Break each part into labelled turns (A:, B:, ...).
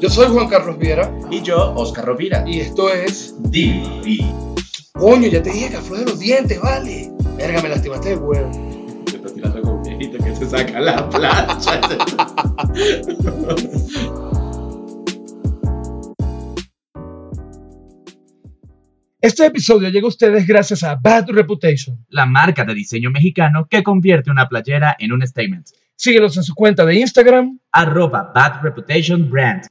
A: Yo soy Juan Carlos Viera
B: Y yo, Oscar Rovira.
A: y esto es.
B: Divi.
A: Coño, ya te dije que afloje los dientes, vale. Verga, me lastimaste el huevo.
B: Te estás tirando con un viejito que se saca la plancha.
A: Este episodio llega a ustedes gracias a Bad Reputation.
B: la marca de diseño mexicano que convierte una playera en un statement.
A: Síguelos en su cuenta de Instagram.
B: Arroba Bad Reputation Brand.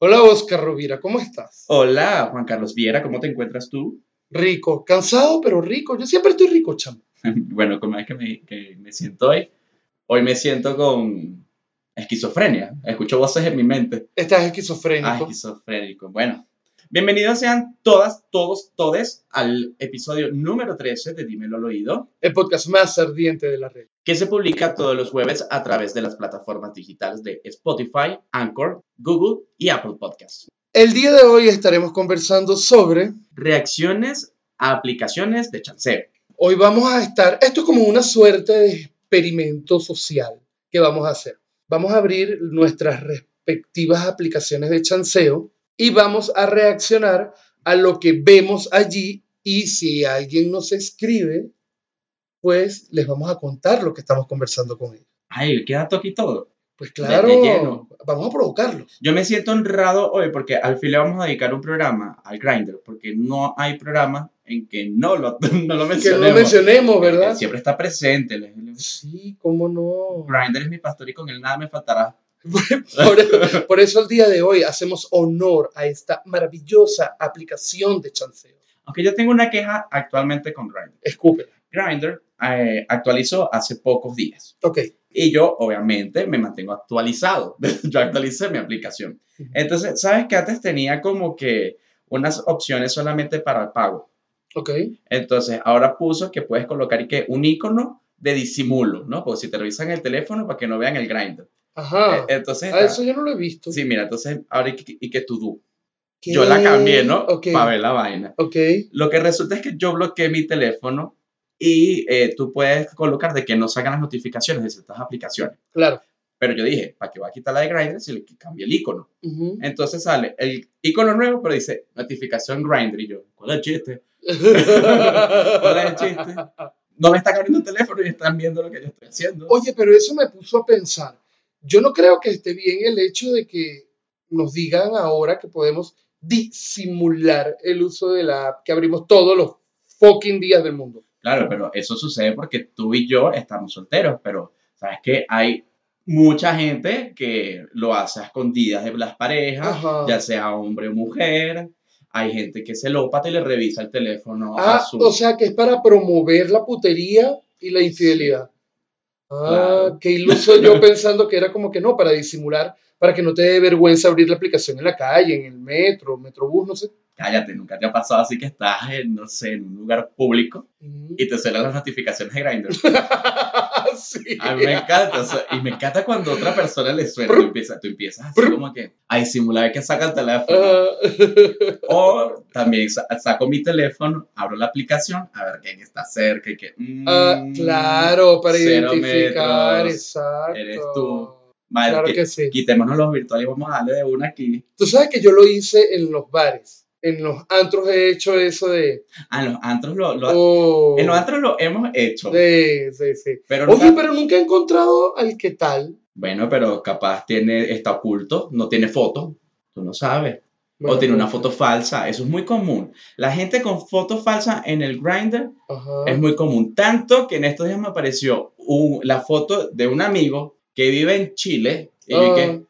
A: Hola, Oscar Rovira, ¿cómo estás?
B: Hola, Juan Carlos Viera, ¿cómo te encuentras tú?
A: Rico, cansado, pero rico. Yo siempre estoy rico, chamo.
B: bueno, ¿cómo es que me, que me siento hoy? Hoy me siento con esquizofrenia. Escucho voces en mi mente.
A: Estás
B: Ah,
A: Este esquizofrénico.
B: esquizofrénico. Bueno, bienvenidos sean todas, todos, todes al episodio número 13 de Dímelo al Oído,
A: el podcast más ardiente de la red.
B: que se publica todos los jueves a través de las plataformas digitales de Spotify, Anchor, Google y Apple Podcasts.
A: El día de hoy estaremos conversando sobre.
B: Reacciones a aplicaciones de chanceo.
A: Hoy vamos a estar. Esto es como una suerte de experimento social que vamos a hacer. Vamos a abrir nuestras respectivas aplicaciones de chanceo y vamos a reaccionar a lo que vemos allí. Y si alguien nos escribe, pues les vamos a contar lo que estamos conversando con ellos.
B: Ay, qué dato aquí todo.
A: Pues
B: De- de
A: claro,
B: lleno.
A: vamos a provocarlos.
B: Yo me siento honrado hoy porque al fin le vamos a dedicar un programa al Grindr, porque no hay programa en que no lo, no lo
A: Que
B: mencionemos.
A: no mencionemos, ¿verdad?
B: Siempre está presente. les- les-
A: Sí, cómo no.
B: Grinder es mi pastor y con él nada me faltará.
A: Por, por eso el día de hoy hacemos honor a esta maravillosa aplicación de chanceo.
B: Aunque yo tengo una queja actualmente con Grinder.
A: Escúpela.
B: Grinder actualizó hace pocos días
A: Ok.
B: y yo obviamente me mantengo actualizado. yo actualicé mi aplicación. Entonces, ¿sabes que antes tenía como que unas opciones solamente para el pago?
A: Ok.
B: Entonces, ahora puso que puedes colocar y que un icono de disimulo, ¿no? Porque si te revisan el teléfono para que no vean el Grinder. E,
A: Ajá.
B: Entonces,
A: Ah, eso yo no lo he visto.
B: Eh, sí, mira, entonces ahora y que, y que to do. Yo la cambié, ¿no?
A: Ok.
B: Para ver la vaina.
A: Ok.
B: Lo que resulta es que yo bloqueé mi teléfono y eh, tú puedes colocar de que no salgan las notificaciones de ciertas aplicaciones.
A: Clar.
B: Pero yo dije, ¿para qué va a quitar la de Grindr si le cambia el icono?
A: Ujú.
B: Entonces sale el icono nuevo, pero dice notificación Grindr. Y yo, ¿cuál es el chiste? ¿Cuál es el chiste? No me están abriendo el teléfono y están viendo lo que yo estoy haciendo.
A: Oye, pero eso me puso a pensar. Yo no creo que esté bien el hecho de que nos digan ahora que podemos disimular el uso de la app que abrimos todos los fucking días del mundo.
B: Claro, pero eso sucede porque tú y yo estamos solteros, pero sabes que hay mucha gente que lo hace a escondidas de las parejas,
A: Ajá.
B: ya sea hombre o mujer. Hay gente que se lo y le revisa el teléfono a
A: Ah,
B: su...
A: o sea que es para promover la putería y la infidelidad. Ah,
B: Claro.
A: qué iluso yo pensando que era como que no, para disimular, para que no te dé vergüenza abrir la aplicación en la calle, en el metro, metrobús, no sé.
B: Cállate, nunca te ha pasado así que estás en, no sé, en un lugar público y te suenan las notificaciones de Grindr.
A: Ah, sí.
B: A mí me encanta, o sea, y me encanta cuando a otra persona le suena, tú empiezas, tú empiezas así
A: Prr.
B: como que a disimular que saca el teléfono.
A: Ah,
B: O también sa- saco mi teléfono, abro la aplicación, a ver quién está cerca y que... mm,
A: ah, claro, para
B: cero
A: identificar,
B: metros,
A: exacto.
B: eres tú. madre,
A: Claro
B: que-
A: que sí.
B: Quitémonos los virtuales y vamos a darle de una aquí.
A: Tú sabes que yo lo hice en los bares, en los antros he hecho eso de...
B: Ah, los antros lo, lo-
A: oh,
B: en los antros lo hemos hecho.
A: Sí, sí, sí.
B: Pero
A: Oye,
B: nunca-
A: pero nunca he encontrado al que tal.
B: Bueno, pero capaz tiene, está oculto, no tiene foto, tú no sabes.
A: Bueno,
B: o tiene
A: pues,
B: una foto falsa, eso es muy común. La gente con foto falsa en el grinder
A: Ajá. Ah,
B: Es muy común. Tanto que en estos días me apareció un- la foto de un amigo que vive en Chile. Y yo
A: Ah.
B: dije,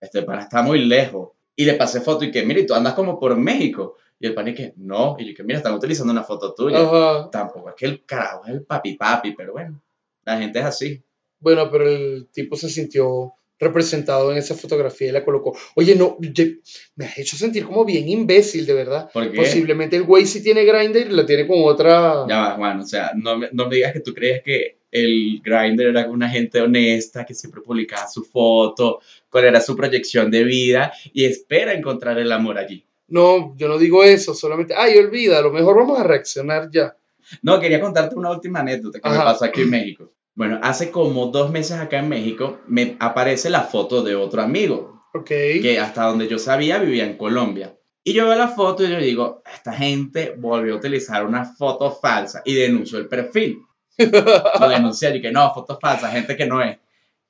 B: este pana está muy lejos. Y le pasé foto y que, mira, y tú andas como por México. Y el pana y que, no. Y yo que, mira, están utilizando una foto tuya.
A: Ajá.
B: Tampoco es que el carajo es el papi papi, pero bueno, la gente es así.
A: Bueno, pero el tipo se sintió representado en esa fotografía y la colocó. Oye, no, ye- me has hecho sentir como bien imbécil, de verdad.
B: Porque,
A: Posiblemente el güey Pues sí tiene grinder y la tiene con otra.
B: ya va, Juan, o sea, no me, no me digas que tú creías que el grinder era una gente honesta que siempre publicaba su foto, cuál era su proyección de vida y espera encontrar el amor allí.
A: No, yo no digo eso, solamente. Ay, olvida, a lo mejor vamos a reaccionar ya.
B: No, quería contarte una última anécdota que me
A: Ajá.
B: pasó aquí en México. Bueno, hace como dos meses acá en México me aparece la foto de otro amigo
A: Ok.
B: que hasta donde yo sabía vivía en Colombia. Y yo veo la foto y yo digo, esta gente volvió a utilizar una foto falsa y denunció el perfil. Lo denuncié y que no, fotos falsas, gente que no es.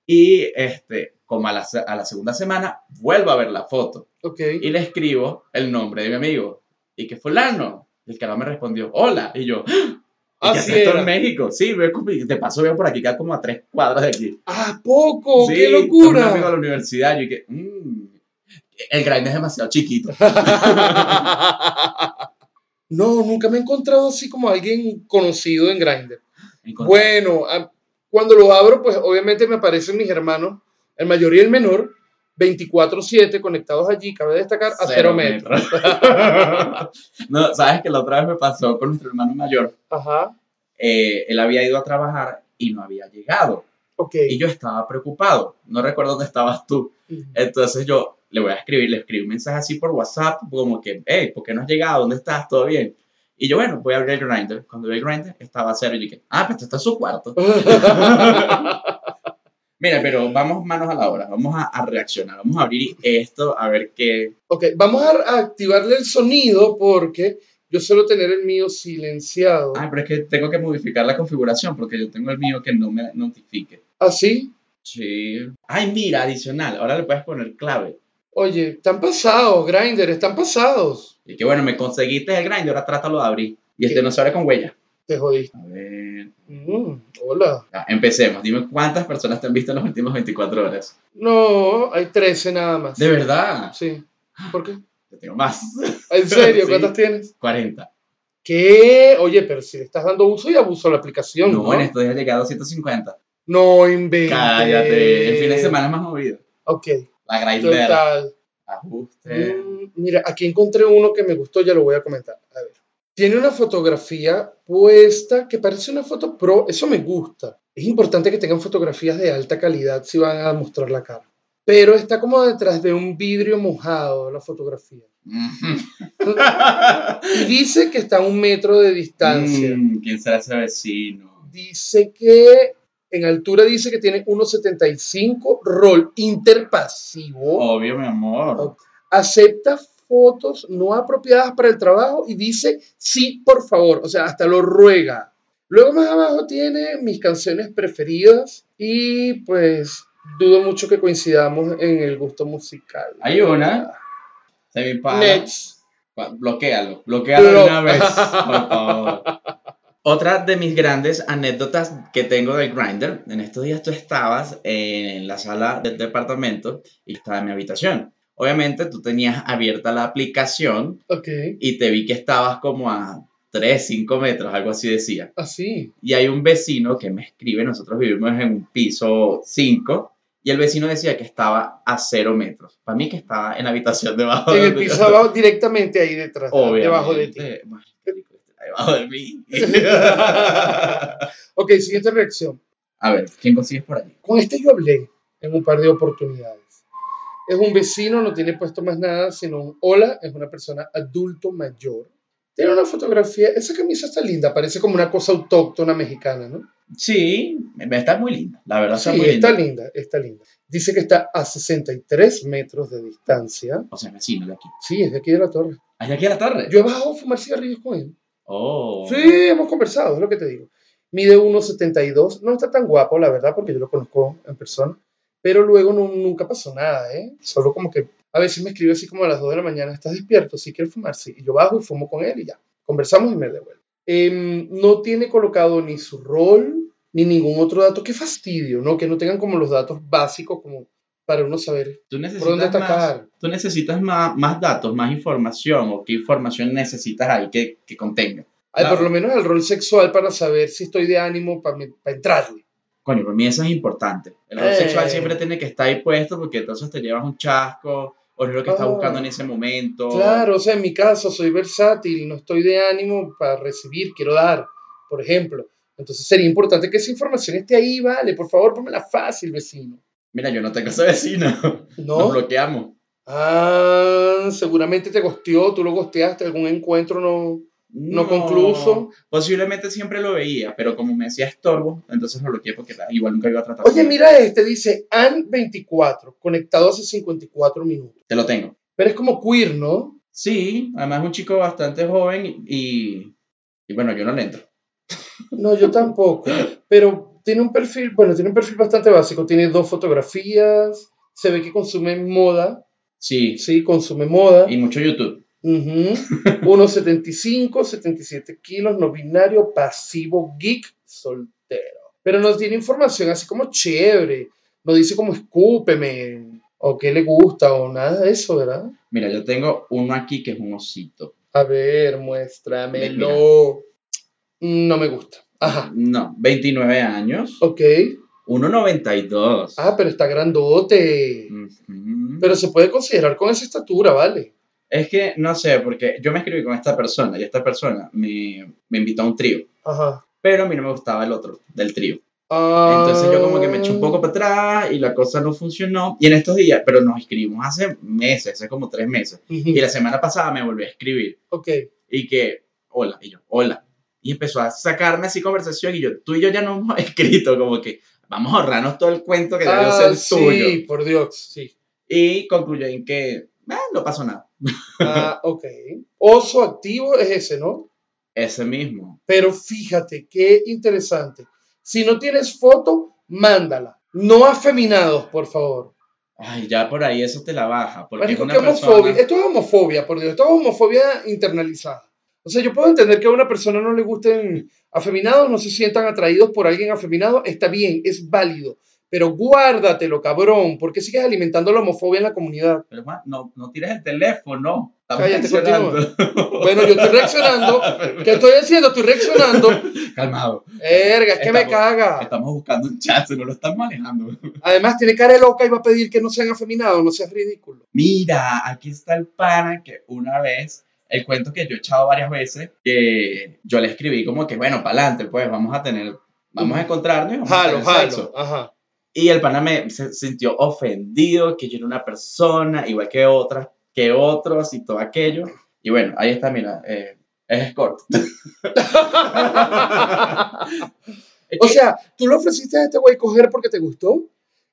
B: Y este, como a la, se- a la segunda semana, vuelvo a ver la foto
A: Ok.
B: y le escribo el nombre de mi amigo. Y que fulano, el que me respondió, hola. Y yo, ¿y qué
A: Así
B: haces tú
A: Ah, era.
B: en México? Sí, veo como- y de paso veo por aquí, queda como a tres cuadras de aquí.
A: ¿A poco?
B: Sí,
A: ¡Oh, ¡Qué
B: con Un amigo de
A: locura!
B: la universidad, yo que, "Mm, el grind es demasiado chiquito.
A: No, nunca me he encontrado así como alguien conocido en Grindr.
B: Encontré-
A: Bueno, a- cuando lo abro, pues obviamente me aparecen mis hermanos, el mayor y el menor, 24-7 conectados allí, cabe destacar, a cero metros.
B: metro. no, sabes que la otra vez me pasó con nuestro hermano mayor.
A: Ajá,
B: Eh, él había ido a trabajar y no había llegado.
A: ok.
B: Y yo estaba preocupado. No recuerdo dónde estabas tú.
A: Mm,
B: Entonces yo le voy a escribir, le escribí un mensaje así por WhatsApp, como que, hey, ¿por qué no has llegado? ¿Dónde estás? ¿Todo bien? Y yo, bueno, voy a abrir el grinder. Cuando vi el grinder, estaba cero. Y dije, ah, pues está en su cuarto. Mira, pero vamos manos a la obra. Vamos a, a reaccionar. Vamos a abrir esto a ver qué.
A: Ok, vamos a, a activarle el sonido porque yo suelo tener el mío silenciado.
B: Ah, pero es que tengo que modificar la configuración porque yo tengo el mío que no me notifique.
A: Así.
B: Sí. Ay, mira, adicional. Ahora le puedes poner clave.
A: Oye, están pasados, Grindr, están pasados.
B: Y que bueno, me conseguiste el grinder, ahora trátalo de abrir. Y este
A: ¿Qué?
B: no se abre con huella.
A: Te jodiste.
B: A ver.
A: Mm, hola.
B: Ya, empecemos. Dime cuántas personas te han visto en las últimas 24 horas.
A: No, hay 13 nada más.
B: De verdad.
A: Sí. ¿Por qué?
B: Yo tengo más.
A: ¿En serio?
B: Sí.
A: ¿Cuántas tienes?
B: 40.
A: ¿Qué? Oye, pero si le estás dando uso y abuso a la aplicación,
B: No,
A: ¿no?
B: en este- estos días he llegado a 150.
A: No inventes.
B: Cállate. El fin de semana es más movido.
A: Ok,
B: La grinder.
A: total.
B: Ajuste.
A: Mm, Mira, aquí encontré uno que me gustó, ya lo voy a comentar. A ver. Tiene una fotografía puesta que parece una foto pro, eso me gusta. Es importante que tengan fotografías de alta calidad si van a mostrar la cara. Pero está como detrás de un vidrio mojado la fotografía. Y dice que está a un metro de distancia.
B: Mm, ¿Quién será ese vecino?
A: Dice que en altura dice que tiene 1,75 rol interpasivo.
B: Obvio, mi amor.
A: Oh. Ok. acepta fotos no apropiadas para el trabajo y dice sí, por favor, o sea, hasta lo ruega. Luego más abajo tiene mis canciones preferidas y pues dudo mucho que coincidamos en el gusto musical.
B: Hay una. Se me para.
A: Next.
B: Pa- Bloquéalo. Bloquéalo de
A: Blo-
B: una vez. Por favor. Otra de mis grandes anécdotas que tengo del Grinder. En estos días tú estabas en la sala del departamento y yo estaba en mi habitación. Obviamente tú tenías abierta la aplicación
A: Ok,
B: y te vi que estabas como a 3, 5 metros, algo así decía.
A: así.
B: y hay un vecino que me escribe, nosotros vivimos en un piso 5, y el vecino decía que estaba a 0 metros. Para mí que estaba en la habitación debajo
A: En el
B: donde yo
A: piso abajo, directamente ahí detrás,
B: Obviamente.
A: debajo de ti.
B: Bueno, Debajo de mí.
A: Ok, siguiente reacción.
B: a ver, ¿quién consigues por allí?
A: Con este yo hablé en un par de oportunidades. Es un vecino, no tiene puesto más nada, sino un hola, es una persona adulto mayor. Tiene una fotografía, esa camisa está linda, parece como una cosa autóctona mexicana, ¿no?
B: Sí, está muy linda, la verdad está
A: sí,
B: muy
A: está
B: linda.
A: linda, está linda. Dice que está a 63 metros de distancia.
B: O sea, vecino de aquí.
A: Sí, es de aquí de la torre.
B: ¿Allá aquí a la torre?
A: Yo he bajado a fumar cigarrillos con él.
B: Oh.
A: Sí, hemos conversado, es lo que te digo. Mide 1,72. No está tan guapo, la verdad, porque yo lo conozco en persona. Pero luego nu- nunca pasó nada, ¿eh? Solo como que a veces me escribe así como a las 2 de la mañana, ¿estás despierto? ¿Sí quieres fumar? Sí. Y yo bajo y fumo con él y ya. Conversamos y me devuelvo. Em, no tiene colocado ni su rol, ni ningún otro dato. Qué fastidio, ¿no? Que no tengan como los datos básicos como para uno saber
B: ¿Tú necesitas,
A: por dónde
B: más,
A: atacar.
B: tú necesitas más, más datos, más información, o qué información necesitas ahí que, que contenga.
A: Ay,
B: Claro.
A: Por lo menos el rol sexual para saber si estoy de ánimo para, para entrarle.
B: Coño, para mí eso es importante. El rol
A: Eh.
B: sexual siempre tiene que estar ahí puesto porque entonces te llevas un chasco o no es lo que estás
A: Ah.
B: buscando en ese momento.
A: Claro, o sea, en mi caso soy versátil, no estoy de ánimo para recibir, quiero dar, por ejemplo. Entonces sería importante que esa información esté ahí, vale, por favor, pónmela fácil, vecino.
B: Mira, yo no tengo ese vecino. Nos
A: ¿No?
B: bloqueamos.
A: Ah, seguramente te gosteó, tú lo gosteaste, algún encuentro no, no, concluso.
B: Posiblemente siempre lo veía, pero como me decía estorbo, entonces lo bloqueé porque ah, igual nunca iba a tratar.
A: Oye,
B: con-
A: mira este, dice AN24, conectado hace 54 minutos.
B: Te lo tengo.
A: Pero es como queer, ¿no?
B: Sí, además es un chico bastante joven y, y bueno, yo no le entro.
A: No, yo tampoco. Pero tiene un perfil, bueno, tiene un perfil bastante básico. Tiene dos fotografías, se ve que consume moda,
B: Sí,
A: sí, consume moda.
B: y mucho YouTube.
A: Ujú. 1,75, 77 kilos, no binario, pasivo, geek, soltero. Pero nos tiene información así como chévere. No dice como escúpeme, o qué le gusta, o nada de eso, ¿verdad?
B: Mira, yo tengo uno aquí que es un osito.
A: A ver, muéstramelo. Mm, No me gusta. Ajá.
B: No, 29 años,
A: Ok.
B: 1,92.
A: Ah, pero está
B: Mm.
A: grandote.
B: Ujú.
A: Pero se puede considerar con esa estatura, ¿vale?
B: Es que no sé, porque yo me escribí con esta persona y esta persona me, me invitó a un trío,
A: Ajá.
B: pero a mí no me gustaba el otro del trío.
A: Ah.
B: Entonces yo como que me eché un poco para atrás y la cosa no funcionó. Y en estos días, pero nos escribimos hace meses, hace como tres meses.
A: Ah, Ujú.
B: Y la semana pasada me volví a escribir
A: Ok.
B: y que, hola, y yo, hola. Y empezó a sacarme así conversación y yo, tú y yo ya no hemos escrito, como que vamos a ahorrarnos todo el cuento que debió
A: Ah,
B: ser
A: sí,
B: tuyo.
A: por Dios, sí.
B: Y concluyó en que, "Ah, no pasó nada.
A: Ah, ok. Oso activo es ese, ¿no?
B: Ese mismo.
A: Pero fíjate, qué interesante. Si no tienes foto, mándala. No afeminados, por favor.
B: Ay, ya por ahí eso te la baja, porque
A: Marico,
B: es
A: qué
B: una
A: homofobia.
B: persona...
A: Esto es homofobia, por Dios. Esto es homofobia internalizada. O sea, yo puedo entender que a una persona no le gusten afeminados, no se sientan atraídos por alguien afeminado. Está bien, es válido. Pero guárdatelo, cabrón, porque sigues alimentando la homofobia en la comunidad.
B: Pero, Juan, no, no tires el teléfono. Estamos
A: Cállate,
B: reaccionando.
A: Bueno, yo estoy reaccionando. ¿Qué estoy haciendo? Estoy reaccionando.
B: Calmado.
A: Verga, es que me
B: Estamos-
A: caga.
B: Estamos buscando un chance, no lo están manejando.
A: Además, tiene cara de loca y va a pedir que no sean afeminados, no seas ridículo.
B: Mira, aquí está el pana que una vez, el cuento que yo he echado varias veces, que yo le escribí como que, bueno, para adelante, pues vamos a tener, vamos a encontrarnos y vamos a
A: Jalo,
B: tener
A: jalo.
B: sexo.
A: Ajá.
B: Y el pana me se sintió ofendido, que yo era una persona, igual que otras, que otros y todo aquello. Y bueno, ahí está, mira, eh, es escort. Es
A: O
B: que-
A: sea, tú le ofreciste a este güey coger porque te gustó.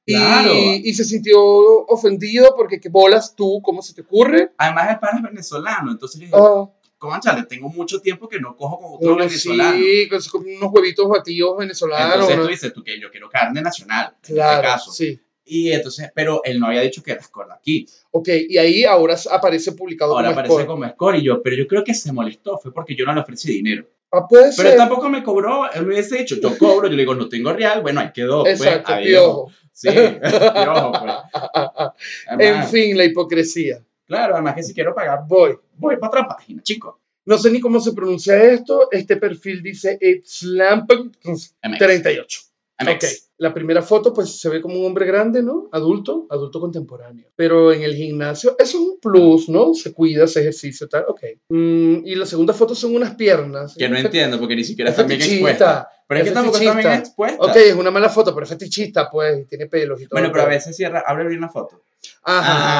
A: Y,
B: Claro.
A: y se sintió ofendido porque qué bolas tú, ¿cómo se te ocurre?
B: Además, el pana es venezolano, entonces yo dije,
A: Ah,
B: cónchale, tengo mucho tiempo que no cojo con otro
A: bueno,
B: venezolano.
A: Ah, sí, con- con unos huevitos batidos venezolanos.
B: entonces tú
A: ¿no?
B: dices, tú que yo quiero carne nacional, en
A: Claro,
B: este caso.
A: sí.
B: Y entonces, pero él no había dicho que era score aquí.
A: Ok, y ahí ahora aparece publicado
B: Ahora
A: como
B: aparece
A: escort.
B: como score y yo, pero yo creo que se molestó, fue porque yo no le ofrecí dinero.
A: Ah, puede
B: Pero
A: ser.
B: tampoco me cobró, él me hubiese dicho, yo cobro, yo le digo, no tengo real, bueno, ahí quedó. pues,
A: Exacto,
B: adiós.
A: piojo.
B: Sí, piojo, pues.
A: En
B: Además,
A: fin, la hipocresía.
B: Claro, además que si quiero pagar,
A: Voy.
B: voy para otra página, chico.
A: No sé ni cómo se pronuncia esto. Este perfil dice Slamp38.
B: MX, MX.
A: Ok. La primera foto, pues se ve como un hombre grande, ¿no? Adulto, adulto contemporáneo. Pero en el gimnasio, eso es un plus, ¿no? Se cuida, se ejercicio, tal. Ok. Mm, y la segunda foto son unas piernas.
B: Que no
A: Es fe-
B: entiendo porque ni siquiera
A: Es
B: está bien
A: fetichista.
B: expuesta. Pero es
A: es
B: que tampoco está bien
A: fetichista.
B: expuesta.
A: Ok, es una mala foto, pero es fetichista, pues, y tiene pelos y todo.
B: Bueno,
A: el
B: pero a
A: pedo.
B: veces cierra, abre bien la foto.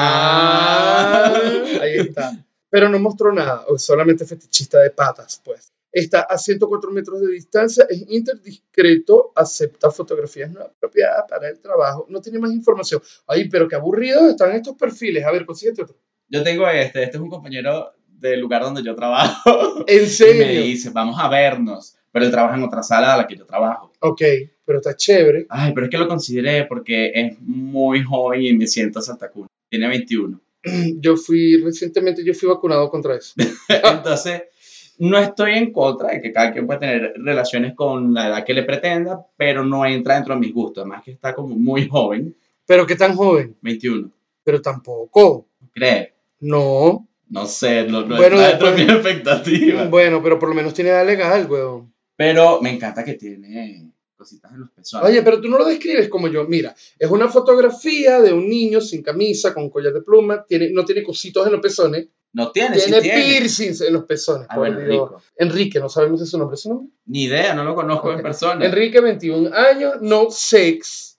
A: Ajá.
B: Ah.
A: Ahí está. Pero no mostró nada, o solamente fetichista de patas, pues. Está a 104 metros de distancia, es interdiscreto, acepta fotografías no apropiadas para el trabajo, no tiene más información. Ay, pero qué aburridos están estos perfiles. A ver, consíguete otro.
B: Yo tengo este, este es un compañero del lugar donde yo trabajo.
A: En
B: Y me
A: serio.
B: dice, vamos a vernos. Pero él trabaja en otra sala a la que yo trabajo.
A: Ok, pero está chévere.
B: Ay, pero es que lo consideré porque es muy joven y me siento Santa Cruz. Tiene 21.
A: Yo fui, recientemente yo fui vacunado contra eso.
B: Entonces, no estoy en contra de que cada quien pueda tener relaciones con la edad que le pretenda, pero no entra dentro de mis gustos. Además que está como muy joven,
A: Pero qué tan joven,
B: 21.
A: pero tampoco.
B: ¿Crees?
A: No.
B: No sé, no, no
A: Bueno,
B: entra dentro de
A: después-
B: mis expectativas.
A: Bueno, pero por lo menos tiene edad legal, weón.
B: Pero me encanta que tiene cositas en los pezones.
A: Oye, pero tú no lo describes como yo. Mira, es una fotografía de un niño sin camisa, con collar de pluma, tiene, no tiene cositos en los pezones,
B: no tiene, Ah, sí
A: tiene
B: tiene.
A: piercings en los pezones.
B: Ah,
A: por
B: bueno,
A: Dios.
B: rico.
A: Enrique, no sabemos si es su nombre. ¿Es su nombre?
B: Ni idea, no lo conozco
A: Ok.
B: en persona.
A: Enrique, 21 años, no sex,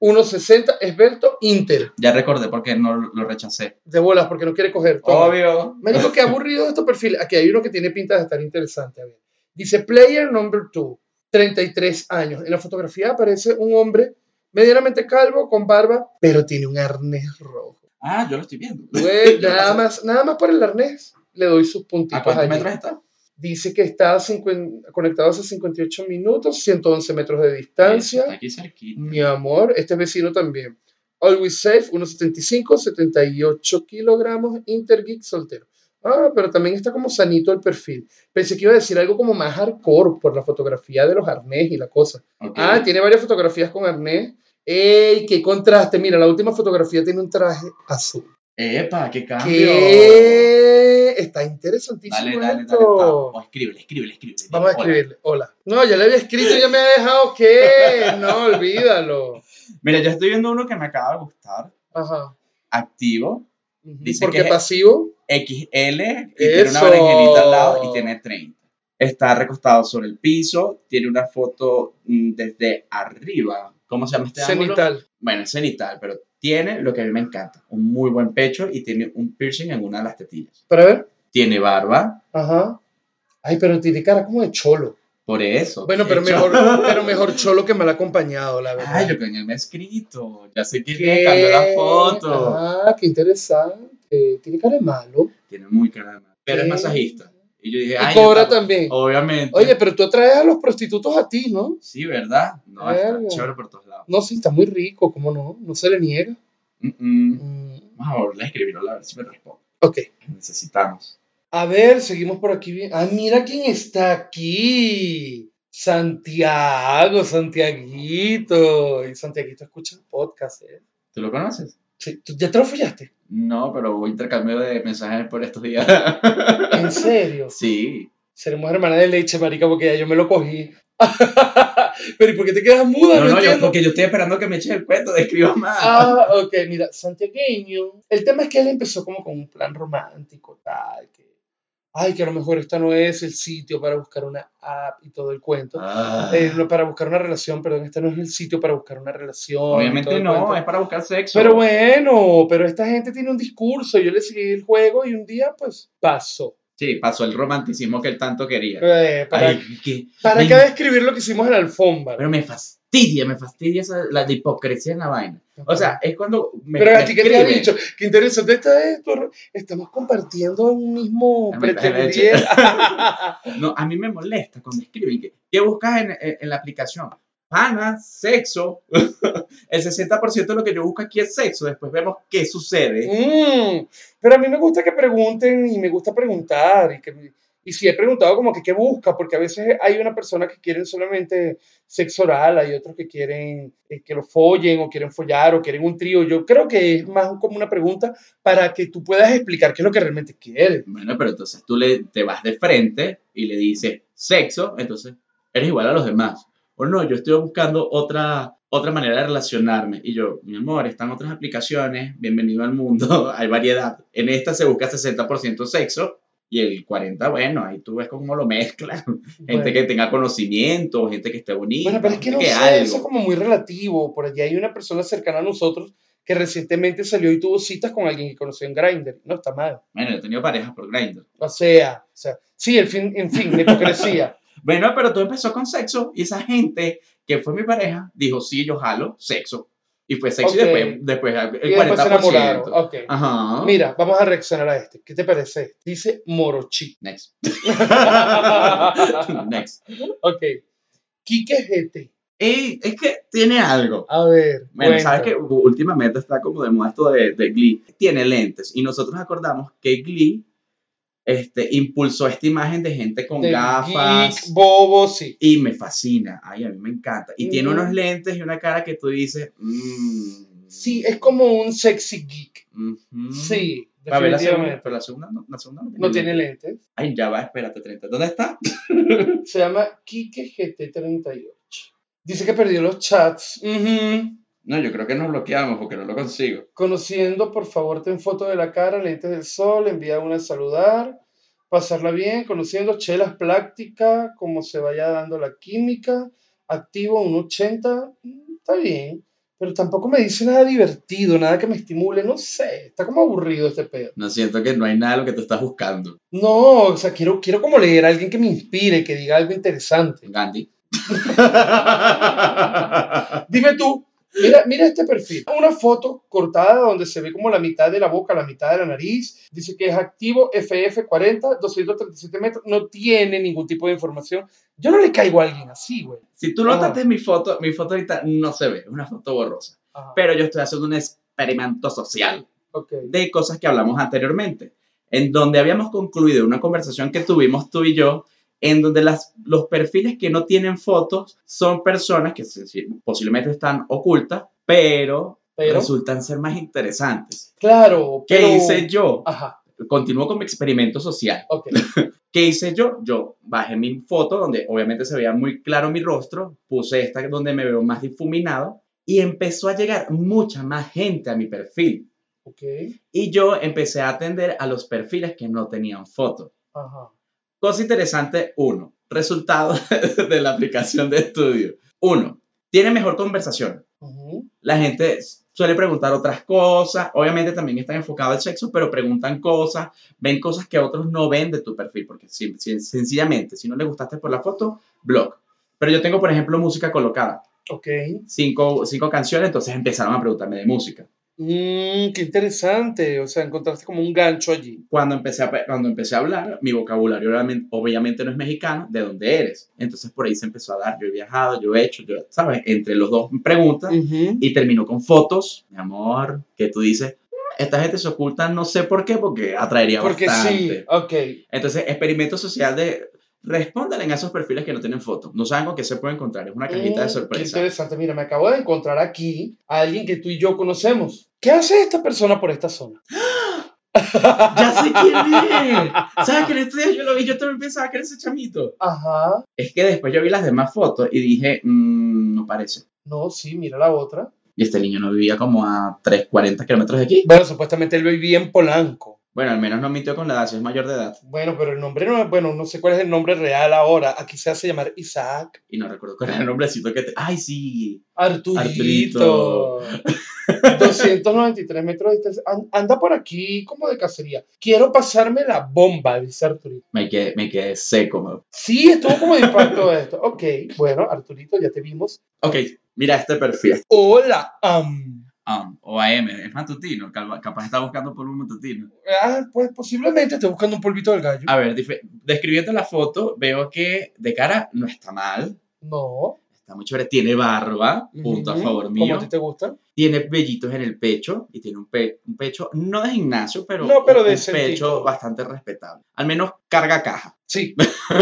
A: 1.60, esbelto, Inter.
B: Ya recordé porque no lo rechacé.
A: De bolas, porque no quiere coger. Toma.
B: Obvio.
A: Marico, qué aburrido de estos perfiles. Aquí hay uno que tiene pinta de estar interesante. A ver. Dice Player Number 2, 33 años. En la fotografía aparece un hombre medianamente calvo, con barba, pero tiene un arnés rojo.
B: Ah, yo lo estoy viendo.
A: Güey,
B: Yo lo
A: nada
B: pasé.
A: más, nada más por el arnés le doy sus
B: ¿A
A: puntitos
B: cuántos
A: allí.
B: metros está?
A: Dice que está cincuen- conectado hace 58 minutos, 111 metros de distancia.
B: Está aquí cerquita.
A: Mi amor, este es vecino también. Always Safe, 1,75, 78 kilogramos, Intergeek soltero. Ah, pero también está como sanito el perfil. Pensé que iba a decir algo como más hardcore por la fotografía de los arnés y la cosa.
B: Ok.
A: Ah, tiene varias fotografías con arnés. ¡Ey, qué contraste! Mira, la última fotografía tiene un traje azul.
B: Epa, qué cambio.
A: ¿Qué? Está interesantísimo
B: Dale, dale, Oh, dale.
A: esto.
B: O escríbele, escríbele, escríbele.
A: Vamos a
B: Hola.
A: escribirle. Hola. No, ya le había escrito y ya me ha dejado que. No, olvídalo.
B: Mira, yo estoy viendo uno que me acaba de gustar.
A: Ajá.
B: Activo.
A: Ujú,
B: Dice
A: Porque
B: que es-
A: pasivo.
B: XL y tiene una
A: Eso.
B: berenjenita al lado y tiene 30. Está recostado sobre el piso, tiene una foto mm, desde arriba. ¿Cómo se llama este ángulo?
A: Cenital.
B: Bueno, es cenital, pero tiene lo que a mí me encanta, un muy buen pecho y tiene un piercing en una de las tetillas.
A: Para ver.
B: Tiene barba,
A: Ajá. Ay, pero tiene cara como de cholo.
B: por eso.
A: Bueno, pero
B: pecho.
A: mejor, pero mejor cholo que mal acompañado, la verdad.
B: Ay, yo coño, él me ha escrito. Ya sé que le cambió la foto.
A: Ah, qué interesante. Tiene cara de malo.
B: Tiene muy cara de madre. Pero es
A: ¿Qué?
B: masajista. Y yo dije,
A: Y
B: ay, yo
A: cobra
B: tampoco".
A: también.
B: Obviamente.
A: Oye, pero tú atraes a los prostitutos a ti, ¿no?
B: sí, ¿verdad? No, está
A: Verga.
B: chévere por todos lados.
A: No, sí, está muy rico, ¿cómo no? No se le niega.
B: Mm, mm.
A: Mm,
B: Vamos a volver a escribirlo, a ver si me responde.
A: ok.
B: Necesitamos.
A: A ver, seguimos por aquí. bien. Ah, mira quién está aquí. Santiago, Santiaguito. Y Santiaguito escucha el podcast, ¿eh?
B: ¿Tú lo conoces?
A: Sí, ¿tú- ¿Ya te lo follaste?
B: No, pero hubo intercambio de mensajes por estos días.
A: ¿En serio?
B: sí.
A: Seremos hermanas de leche, marica, porque ya yo me lo cogí. Pero ¿y por qué te quedas muda?
B: No, no, yo,
A: entiendo.
B: porque yo estoy esperando que me eches el cuento, describa más.
A: Ah, ok, mira, santiagueño. El tema es que él empezó como con un plan romántico, tal, que, ay, que a lo mejor esta no es el sitio para buscar una app y todo el cuento.
B: Ah.
A: Eh, no, para buscar una relación, perdón, este no es el sitio para buscar una relación. y todo
B: Obviamente
A: el
B: no,
A: cuento.
B: es para buscar sexo.
A: Pero bueno, pero esta gente tiene un discurso, yo le seguí el juego y un día pues pasó.
B: Sí, pasó el romanticismo que él tanto quería.
A: Eh, para
B: Ay, qué-
A: para
B: me-
A: qué describir lo que hicimos en la alfombra.
B: Pero me fastidia, me fastidia esa, la, la hipocresía en la vaina. O sea, es cuando me,
A: Pero
B: me
A: a ti que te ha
B: escriben.
A: dicho, qué interesante está esto, estamos compartiendo un mismo
B: Ah, me traje leche.
A: pretendiente.
B: No, a mí me molesta cuando escriben que, ¿qué buscas en, en- en la aplicación? Pana, sexo. El 60% de lo que yo busco aquí es sexo. Después vemos qué sucede.
A: Mm, pero a mí me gusta que pregunten y me gusta preguntar y que me- y si he preguntado como que qué busca, porque a veces hay una persona que quieren solamente sexo oral, hay otros que quieren eh, que lo follen o quieren follar o quieren un trío. Yo creo que es más como una pregunta para que tú puedas explicar qué es lo que realmente quieres.
B: Bueno, pero entonces tú le, te vas de frente y le dices sexo, entonces eres igual a los demás. O no, yo estoy buscando otra, otra manera de relacionarme. Y yo, mi amor, están otras aplicaciones, bienvenido al mundo, hay variedad. En esta se busca 60% sexo y el 40%, bueno, ahí tú ves cómo lo mezclas. Gente
A: Bueno.
B: que tenga conocimiento, gente que esté bonita,
A: Bueno, pero es que
B: gente
A: no
B: que
A: sé,
B: algo.
A: eso es como muy relativo. Por allí hay una persona cercana a nosotros que recientemente salió y tuvo citas con alguien que conoció en Grindr. No está mal.
B: Bueno, yo he tenido parejas por Grindr.
A: O sea, o sea sí, el fin, en fin, la hipocresía.
B: Bueno, pero todo empezó con sexo y esa gente que fue mi pareja dijo, sí, yo jalo sexo. Y fue
A: Ok.
B: sexo y después, después el
A: y después se
B: 40%.
A: enamoraron. Ok.
B: Ajá.
A: Mira, vamos a reaccionar a este. ¿Qué te parece? Dice Morochi.
B: Next. Next.
A: ok. Quique GT.
B: Ey, es que tiene algo.
A: A ver.
B: Bueno,
A: cuenta.
B: sabes que últimamente está como de moda esto de, de Glee. Tiene lentes. Y nosotros acordamos que Glee este, impulsó esta imagen de gente con
A: De
B: gafas.
A: geek, bobo, sí.
B: Y me fascina. Ay, a mí me encanta. Y tiene
A: Ujú.
B: unos lentes y una cara que tú dices. mm,
A: Sí, es como un sexy geek.
B: ujú.
A: Sí,
B: Mm. A ver, la segunda,
A: definitivamente.
B: pero la segunda no, la segunda no tiene,
A: No tiene
B: lentes.
A: lentes.
B: Ay, ya va, espérate, 30. ¿Dónde está?
A: Se llama Kike GT38. Dice que perdió los chats. Ujú.
B: No, yo creo que nos bloqueamos porque no lo consigo.
A: Conociendo, por favor, ten foto de la cara, lentes del sol, envía una a saludar, pasarla bien, conociendo, chelas práctica, como se vaya dando la química, activo un 80, mm, está bien. Pero tampoco me dice nada divertido, nada que me estimule, no sé, está como aburrido este pedo.
B: No siento que no hay nada de lo que tú estás buscando.
A: No, o sea, quiero, quiero como leer a alguien que me inspire, que diga algo interesante.
B: Gandhi.
A: Dime tú, mira, mira este perfil. Una foto cortada donde se ve como la mitad de la boca, la mitad de la nariz. Dice que es activo FF40, 237 metros. No tiene ningún tipo de información. Yo no le caigo a alguien así, güey.
B: si tú notaste mi foto, mi foto ahorita no se ve, es una foto borrosa.
A: Ajá,
B: Pero yo estoy haciendo un experimento social
A: ok.
B: de cosas que hablamos anteriormente, en donde habíamos concluido una conversación que tuvimos tú y yo, en donde las, los perfiles que no tienen fotos son personas que se- si- posiblemente están ocultas, pero,
A: Pero,
B: resultan ser más interesantes.
A: claro,
B: ¿Qué
A: pero...
B: hice yo?
A: Ajá,
B: Continúo con mi experimento social.
A: ok.
B: ¿Qué hice yo? Yo bajé mi foto donde obviamente se veía muy claro mi rostro, puse esta donde me veo más difuminado y empezó a llegar mucha más gente a mi perfil.
A: Ok,
B: Y yo empecé a atender a los perfiles que no tenían foto.
A: ajá.
B: Cosa interesante, uno, resultado de la aplicación de estudio. Uno, tiene mejor conversación.
A: ujú,
B: La gente suele preguntar otras cosas, obviamente también están enfocados al sexo, pero preguntan cosas, ven cosas que otros no ven de tu perfil, porque si- si- sencillamente, si no le gustaste por la foto, blog. Pero yo tengo, por ejemplo, música colocada,
A: Ok.
B: cinco, cinco canciones, entonces empezaron a preguntarme de música.
A: Mm, qué interesante. O sea, encontraste como un gancho allí.
B: cuando empecé a, cuando empecé a hablar, mi vocabulario obviamente, obviamente no es mexicano, ¿de dónde eres? Entonces por ahí se empezó a dar, yo he viajado, yo he hecho, yo, ¿sabes? Entre los dos preguntas
A: Ujú.
B: y terminó con fotos, mi amor, que tú dices, "Mm, esta gente se oculta, no sé por qué, porque atraería
A: Porque sí,
B: bastante.
A: ok.
B: Entonces, experimento social de respóndanle a esos perfiles que no tienen fotos, no saben con qué se puede encontrar, es una cajita de
A: Mm, Qué
B: sorpresa.
A: interesante. Mira, me acabo de encontrar aquí a alguien que tú y yo conocemos. ¿Qué hace esta persona por esta zona?
B: Ya sé quién es. ¿Sabes que en este día yo lo vi? Yo también pensaba que era ese chamito.
A: Ajá.
B: Es que después yo vi las demás fotos y dije, "Mm, no parece.
A: No, sí, mira la otra.
B: Y este niño no vivía como a 3, 40 kilómetros de aquí.
A: Bueno, supuestamente él vivía en Polanco.
B: Bueno, al menos no mintió con la edad, si es mayor de edad.
A: Bueno, pero el nombre no es, bueno, no sé cuál es el nombre real ahora. Aquí se hace llamar Isaac.
B: Y no recuerdo cuál era el nombrecito que te... ¡Ay, sí!
A: Arturito.
B: Arturito.
A: 293 metros de distancia. An- Anda por aquí como de cacería. Quiero pasarme la bomba, dice Arturito.
B: Me quedé, me quedé seco. ¿no?
A: Sí, estuvo como de impacto esto. Ok, bueno, Arturito, ya te vimos.
B: Ok, mira este perfil.
A: Hola, am.
B: AM, Ah, o AM, es matutino. calva- Capaz está buscando por un matutino.
A: Ah, pues posiblemente esté buscando un polvito del gallo.
B: A ver, dif- describiendo la foto, veo que de cara no está mal.
A: No.
B: Está muy chévere. Tiene barba, punto a
A: Ujú.
B: favor
A: ¿Cómo
B: mío.
A: a ti te gusta?
B: tiene vellitos en el pecho y tiene un, pe- un pecho no de gimnasio, pero,
A: No, pero de
B: un
A: ese tipo.
B: pecho bastante respetable. Al menos carga caja.
A: Sí.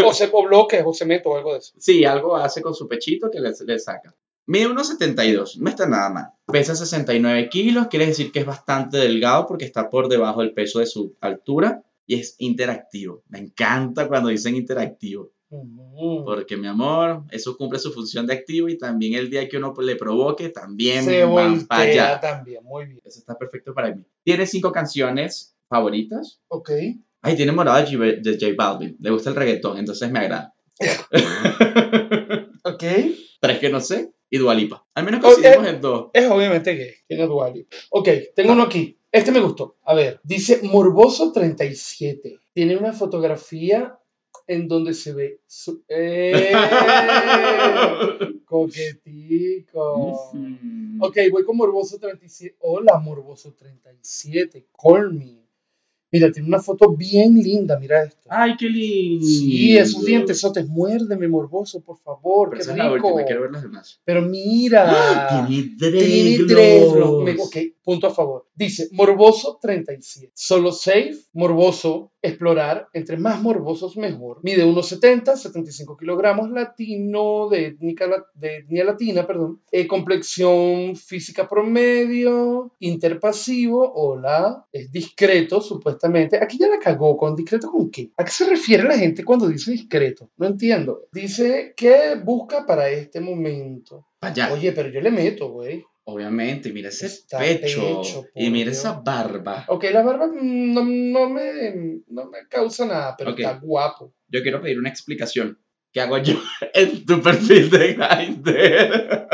A: O, se, o bloques, o cemento, o algo de eso.
B: Sí, algo hace con su pechito que le, le saca. Mide 1,72, no está nada mal. Pesa 69 kilos, quiere decir que es bastante delgado porque está por debajo del peso de su altura y es interactivo. Me encanta cuando dicen interactivo,
A: Ujú.
B: porque mi amor, eso cumple su función de activo y también el día que uno le provoque, también
A: Se
B: van para
A: voltea
B: allá.
A: también, muy bien.
B: Eso está perfecto para mí. Tiene cinco canciones favoritas.
A: Ok.
B: Ay, tiene morada de J- de J Balvin. Le gusta el reggaetón, entonces me agrada.
A: Ok.
B: Tres que no sé y Dualipa. Al menos
A: Ok.
B: coincidimos en dos.
A: Es obviamente gay. Tiene dualio. Ok, tengo uno aquí. Este me gustó. A ver, dice Morboso 37. Tiene una fotografía en donde se ve su... ¡Eh! Coquetico.
B: Mm.
A: Ok, voy con Morboso 37. Hola, Morboso 37. Call me. Mira, tiene una foto bien linda, mira esto.
B: Ay, qué Ah, lindo.
A: sí, esos dientesotes. Muérdeme, Morboso, por favor.
B: Pero
A: qué
B: esa es la
A: rico.
B: última, quiero ver las demás.
A: Pero mira.
B: Tiene
A: Ah, Tiene tres blogs. Me- Ok, punto a favor. Dice, morboso 37. Solo safe, morboso, explorar. Entre más morbosos, mejor. Mide 1,70, 75 kilogramos, latino, de, etnica la- de etnia latina, perdón. Eh, complexión física promedio, interpasivo, hola. Es discreto, supuestamente. Aquí ya la cagó. ¿Con discreto con qué? ¿A qué se refiere la gente cuando dice discreto? No entiendo. Dice, ¿qué busca para este momento?
B: Para allá.
A: Oye, pero yo le meto, güey.
B: Obviamente, mira ese
A: Está
B: pecho.
A: pecho, por
B: y mira
A: Dios.
B: esa barba.
A: Ok, la barba mm, no, no me, no me causa nada, pero
B: Ok.
A: está guapo.
B: Yo quiero pedir una explicación. ¿Qué hago yo en tu perfil de Grindr?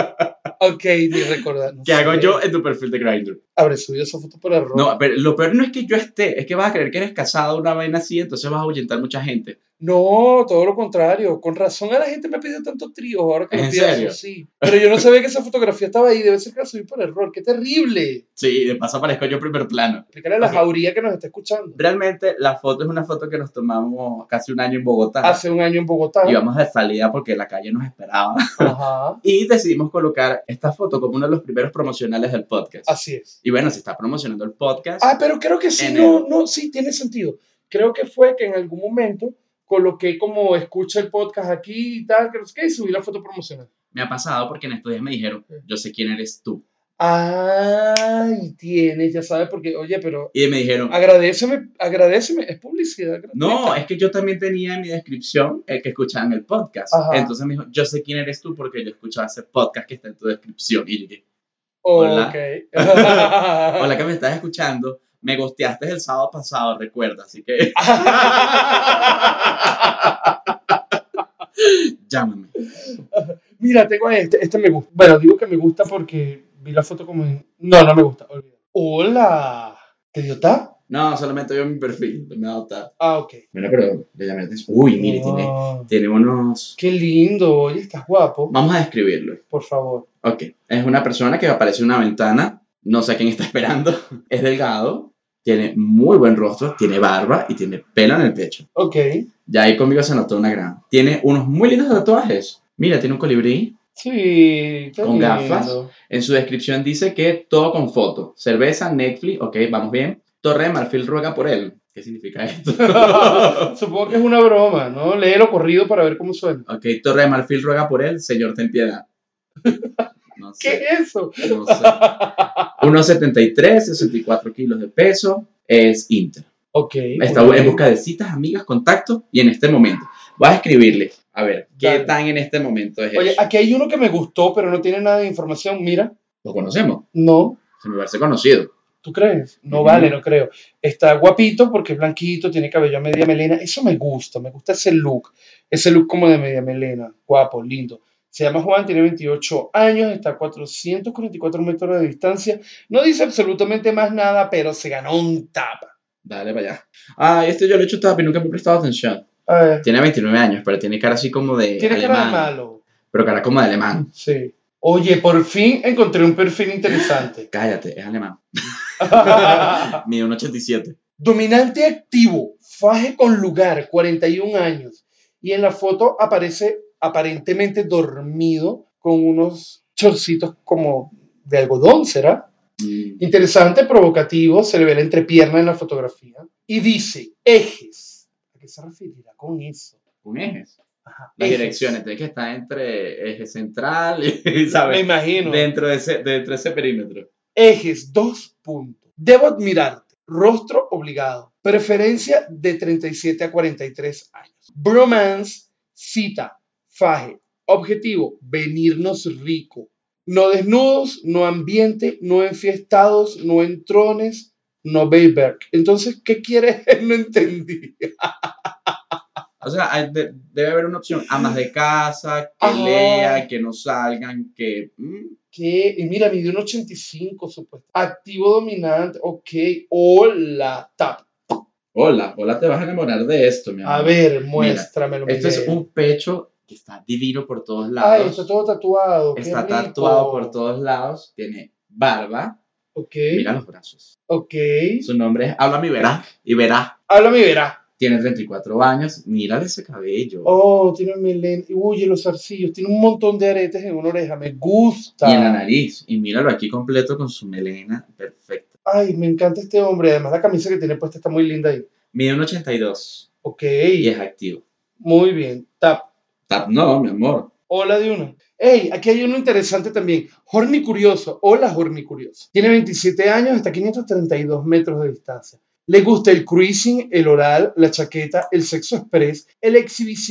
A: Ok, ni recordar. no
B: ¿Qué hago
A: sé.
B: yo en tu perfil de Grindr?
A: Habré subido esa foto por error. No.
B: No, pero lo peor no es que yo esté, es que vas a creer que eres casado una vaina así, entonces vas a ahuyentar mucha gente.
A: todo lo contrario. Con razón a la gente me ha pedido tanto trío. Ahora que
B: ¿En
A: lo pienso,
B: serio?
A: sí. Pero yo no sabía que esa fotografía estaba ahí. Debe ser que la subí por error. ¡Qué terrible!
B: Sí, de paso aparezco yo en primer plano.
A: Explícale a la
B: Ok.
A: jauría que nos está escuchando.
B: Realmente la foto es una foto que nos tomamos casi un año en Bogotá.
A: Hace un año en Bogotá.
B: Íbamos de salida porque la calle nos esperaba.
A: Ajá.
B: Y decidimos colocar esta foto como uno de los primeros promocionales del podcast.
A: Así es.
B: Y bueno, se está promocionando el podcast.
A: Ah, pero creo que sí,
B: En
A: no, no, sí, tiene sentido. Creo que fue que en algún momento coloqué como escucha el podcast aquí y tal, que no sé qué, y subí la foto promocional.
B: Me ha pasado porque en estos días me dijeron, yo sé quién eres tú.
A: Ay, tienes, ya sabes, porque, oye, pero
B: Y me dijeron,
A: agradeceme, agradeceme, es publicidad. gratuita.
B: no, es que yo también tenía en mi descripción el que escuchaban el podcast.
A: Ajá.
B: Entonces me dijo, yo sé quién eres tú porque yo escuchaba ese podcast que está en tu descripción. Y yo dije, hola.
A: Ok.
B: hola que me estás escuchando, me gosteaste el sábado pasado, recuerda, así que... Llámame.
A: Mira, tengo este, este me gusta. Bueno, digo que me gusta porque vi la foto como en... No, no me gusta, olvídalo. Hola, ¿te dio tap?
B: No, solamente veo mi perfil, me adopta.
A: Ah, ok.
B: Bueno, pero le llamé la atención. Uy, mire, tiene,
A: Wow,
B: tiene unos...
A: Qué lindo, oye, estás guapo,
B: Vamos a describirlo.
A: por favor.
B: Ok, es una persona que aparece en una ventana, no sé a quién está esperando, es delgado, tiene muy buen rostro, tiene barba y tiene pelo en el pecho.
A: Ok.
B: Ya ahí conmigo se notó una gran. Tiene unos muy lindos tatuajes. Mira, tiene un colibrí.
A: Sí, qué
B: Con
A: lindo.
B: gafas. En su descripción dice que todo con foto. Cerveza, Netflix, ok, vamos bien. Torre de Marfil ruega por él. ¿Qué significa esto?
A: Supongo que es una broma, ¿no? Léelo corrido para ver cómo suena.
B: ok, Torre de Marfil ruega por él, señor, ten piedad. No
A: ¿Qué
B: sé,
A: es eso?
B: no sé. 1,73, 64 kilos de peso, es Inter.
A: Ok.
B: Está
A: muy
B: en
A: bien.
B: busca de citas, amigas, contactos y en este momento. Vas a escribirle, a ver, ¿qué
A: Dale.
B: tan en este momento es
A: Oye,
B: eso?
A: aquí hay uno que me gustó, pero no tiene nada de información. Mira,
B: Lo conocemos,
A: no,
B: se me parece conocido.
A: ¿tú crees? No
B: Ujú.
A: vale, no creo. Está guapito porque es blanquito, tiene cabello a media melena. Eso me gusta, me gusta ese look. Ese look como de media melena. Guapo, lindo. Se llama Juan, tiene 28 años, está a 444 metros de distancia. No dice absolutamente más nada, pero se ganó un tapa.
B: Dale para allá. Ah, este yo lo he hecho tap y nunca me he prestado atención.
A: A ver.
B: Tiene 29 años, pero tiene cara así como de
A: Tiene
B: alemán.
A: cara de malo.
B: Pero cara como de alemán.
A: Sí. Oye, por fin encontré un perfil interesante.
B: Cállate, es alemán. Mide un 87.
A: Dominante activo, faje con lugar, 41 años. Y en la foto aparece aparentemente dormido con unos chorcitos como de algodón, ¿será?
B: Mm,
A: Interesante, provocativo, se le ve la entrepierna en la fotografía. Y dice, ejes. ¿A qué se referirá con eso?
B: Con ejes.
A: Ajá,
B: Las
A: ejes.
B: direcciones, tiene que estar entre eje central y,
A: Me
B: ¿sabes?
A: imagino.
B: Dentro de, ese, dentro de ese perímetro.
A: Ejes, dos puntos. Debo admirarte. Rostro obligado. Preferencia de 37 a 43 años. Bromance, cita, faje. Objetivo, venirnos rico. No desnudos, no ambiente, no enfiestados, no entrones, no beber. Entonces, ¿qué quieres? No entendí.
B: O sea, hay- de- debe haber una opción. Amas de casa, que
A: Ajá.
B: lea, que no salgan, que... mm,
A: ¿Qué? Y mira, midió un 85, supuesto. Activo dominante, ok. Hola, tap.
B: Hola, hola, te vas a enamorar de esto, mi amor.
A: A ver, muéstramelo.
B: Esto es
A: Miguel.
B: un pecho que está divino por todos lados.
A: Ay, está Ah, todo tatuado. qué
B: Está
A: rico.
B: tatuado por todos lados, tiene barba,
A: Ok,
B: mira los brazos.
A: ok.
B: Su nombre es Háblame y verá, y verá.
A: Háblame y verá.
B: Tiene 34 años, mira ese cabello.
A: Oh, tiene melena. Uy, y los zarcillos. Tiene un montón de aretes en una oreja. Me gusta.
B: Y en la nariz, y míralo aquí completo con su melena perfecta.
A: Ay, me encanta este hombre. Además, la camisa que tiene puesta está muy linda ahí.
B: Mide un 82
A: Ok,
B: y es activo.
A: muy bien. Tap.
B: Tap no, mi amor.
A: Hola de uno. Hey, aquí hay uno interesante también. Horny Curioso. Hola, Horny Curioso. Tiene 27 años, está a 532 metros de distancia. Le gusta el cruising, el oral, la chaqueta, el sexo express, el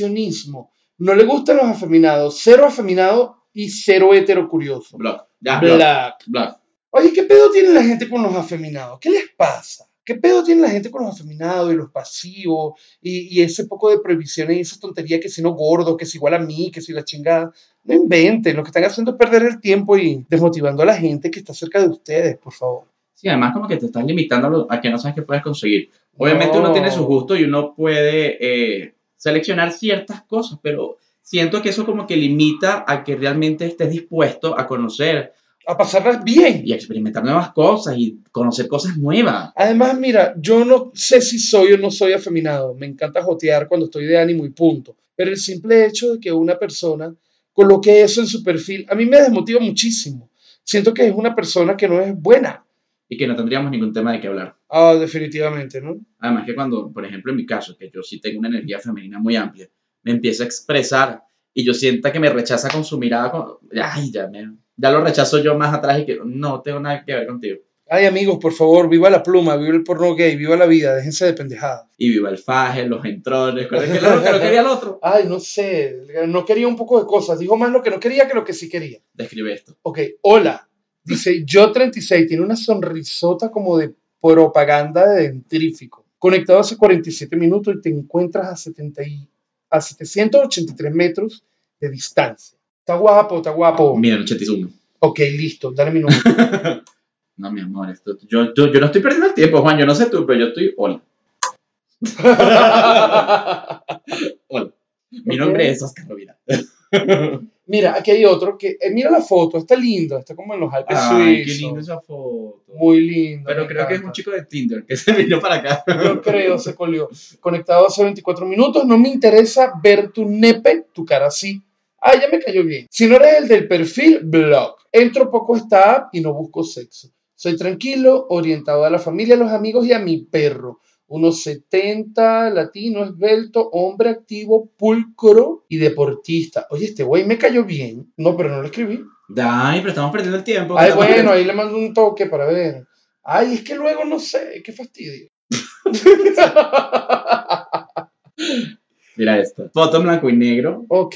A: exhibicionismo. No le gustan los afeminados. Cero afeminado y cero hetero curioso.
B: Block. Ya, block.
A: Black.
B: block.
A: Oye, ¿qué pedo tiene la gente con los afeminados? ¿Qué les pasa? ¿Qué pedo tiene la gente con los afeminados y los pasivos y, y ese poco de prohibiciones y esas tonterías que si no gordo, que si igual a mí, que si la chingada? No inventen, lo que están haciendo es perder el tiempo y desmotivando a la gente que está cerca de ustedes, por favor.
B: Sí, además como que te estás limitando a, lo- a que no sabes que puedes conseguir. Obviamente
A: No.
B: uno tiene su gusto y uno puede eh, seleccionar ciertas cosas, pero siento que eso como que limita a que realmente estés dispuesto a conocer
A: A pasarlas bien.
B: y a experimentar nuevas cosas y conocer cosas nuevas.
A: Además, mira, yo no sé si soy o no soy afeminado. Me encanta jotear cuando estoy de ánimo y punto. Pero el simple hecho de que una persona coloque eso en su perfil, a mí me desmotiva muchísimo. Siento que es una persona que no es buena.
B: y que no tendríamos ningún tema de qué hablar.
A: Ah, definitivamente, ¿no?
B: Además que cuando, por ejemplo, en mi caso, que yo sí tengo una energía femenina muy amplia, me empieza a expresar y yo sienta que me rechaza con su mirada, con- ay, ya, me- ya lo rechazo yo más atrás y que no tengo nada que ver contigo.
A: Ay, amigos, por favor, viva la pluma, viva el porno gay, viva la vida, déjense de pendejadas.
B: Y viva el faje, los entrones, ¿cuál es que era lo que no quería el otro?
A: Ay, no sé, no quería un poco de cosas. Dijo más lo que no quería que lo que sí quería.
B: Describe esto.
A: Ok, hola. Dice yo 36, tiene una sonrisota como de propaganda de dentrífico. Conectado hace 47 minutos y te encuentras a, 70 y- a 783 metros de distancia. Está guapo, está guapo.
B: Mira, el 81.
A: Ok, listo, dale mi número.
B: No, mi amor, esto, yo, yo, yo no estoy perdiendo el tiempo, Juan, yo no sé tú, pero yo estoy hola. hola. Mi
A: Ok.
B: nombre es Oscar Rovira.
A: mira, aquí hay otro que, eh, mira la foto, está linda, está como en los Alpes
B: Ay, qué
A: suizos.
B: linda esa foto.
A: Muy lindo.
B: Pero
A: me
B: creo que es
A: encanta.
B: un chico de Tinder que se vino para acá.
A: Yo creo, se colió. Conectado hace 24 minutos, no me interesa ver tu nepe, tu cara así. Ah, ya me cayó bien. Si no eres el del perfil, blog. Entro poco a esta app y no busco sexo. Soy tranquilo, orientado a la familia, a los amigos y a mi perro. Unos 70, latino, esbelto, hombre activo, pulcro y deportista. Oye, este güey me cayó bien. No, pero no lo escribí.
B: Ay, pero estamos perdiendo el tiempo.
A: Ay,
B: Estamos
A: bueno,
B: perdiendo-
A: ahí le mando un toque para ver. Ay, es que luego no sé, qué fastidio.
B: Mira esto. Foto en blanco y negro.
A: Ok.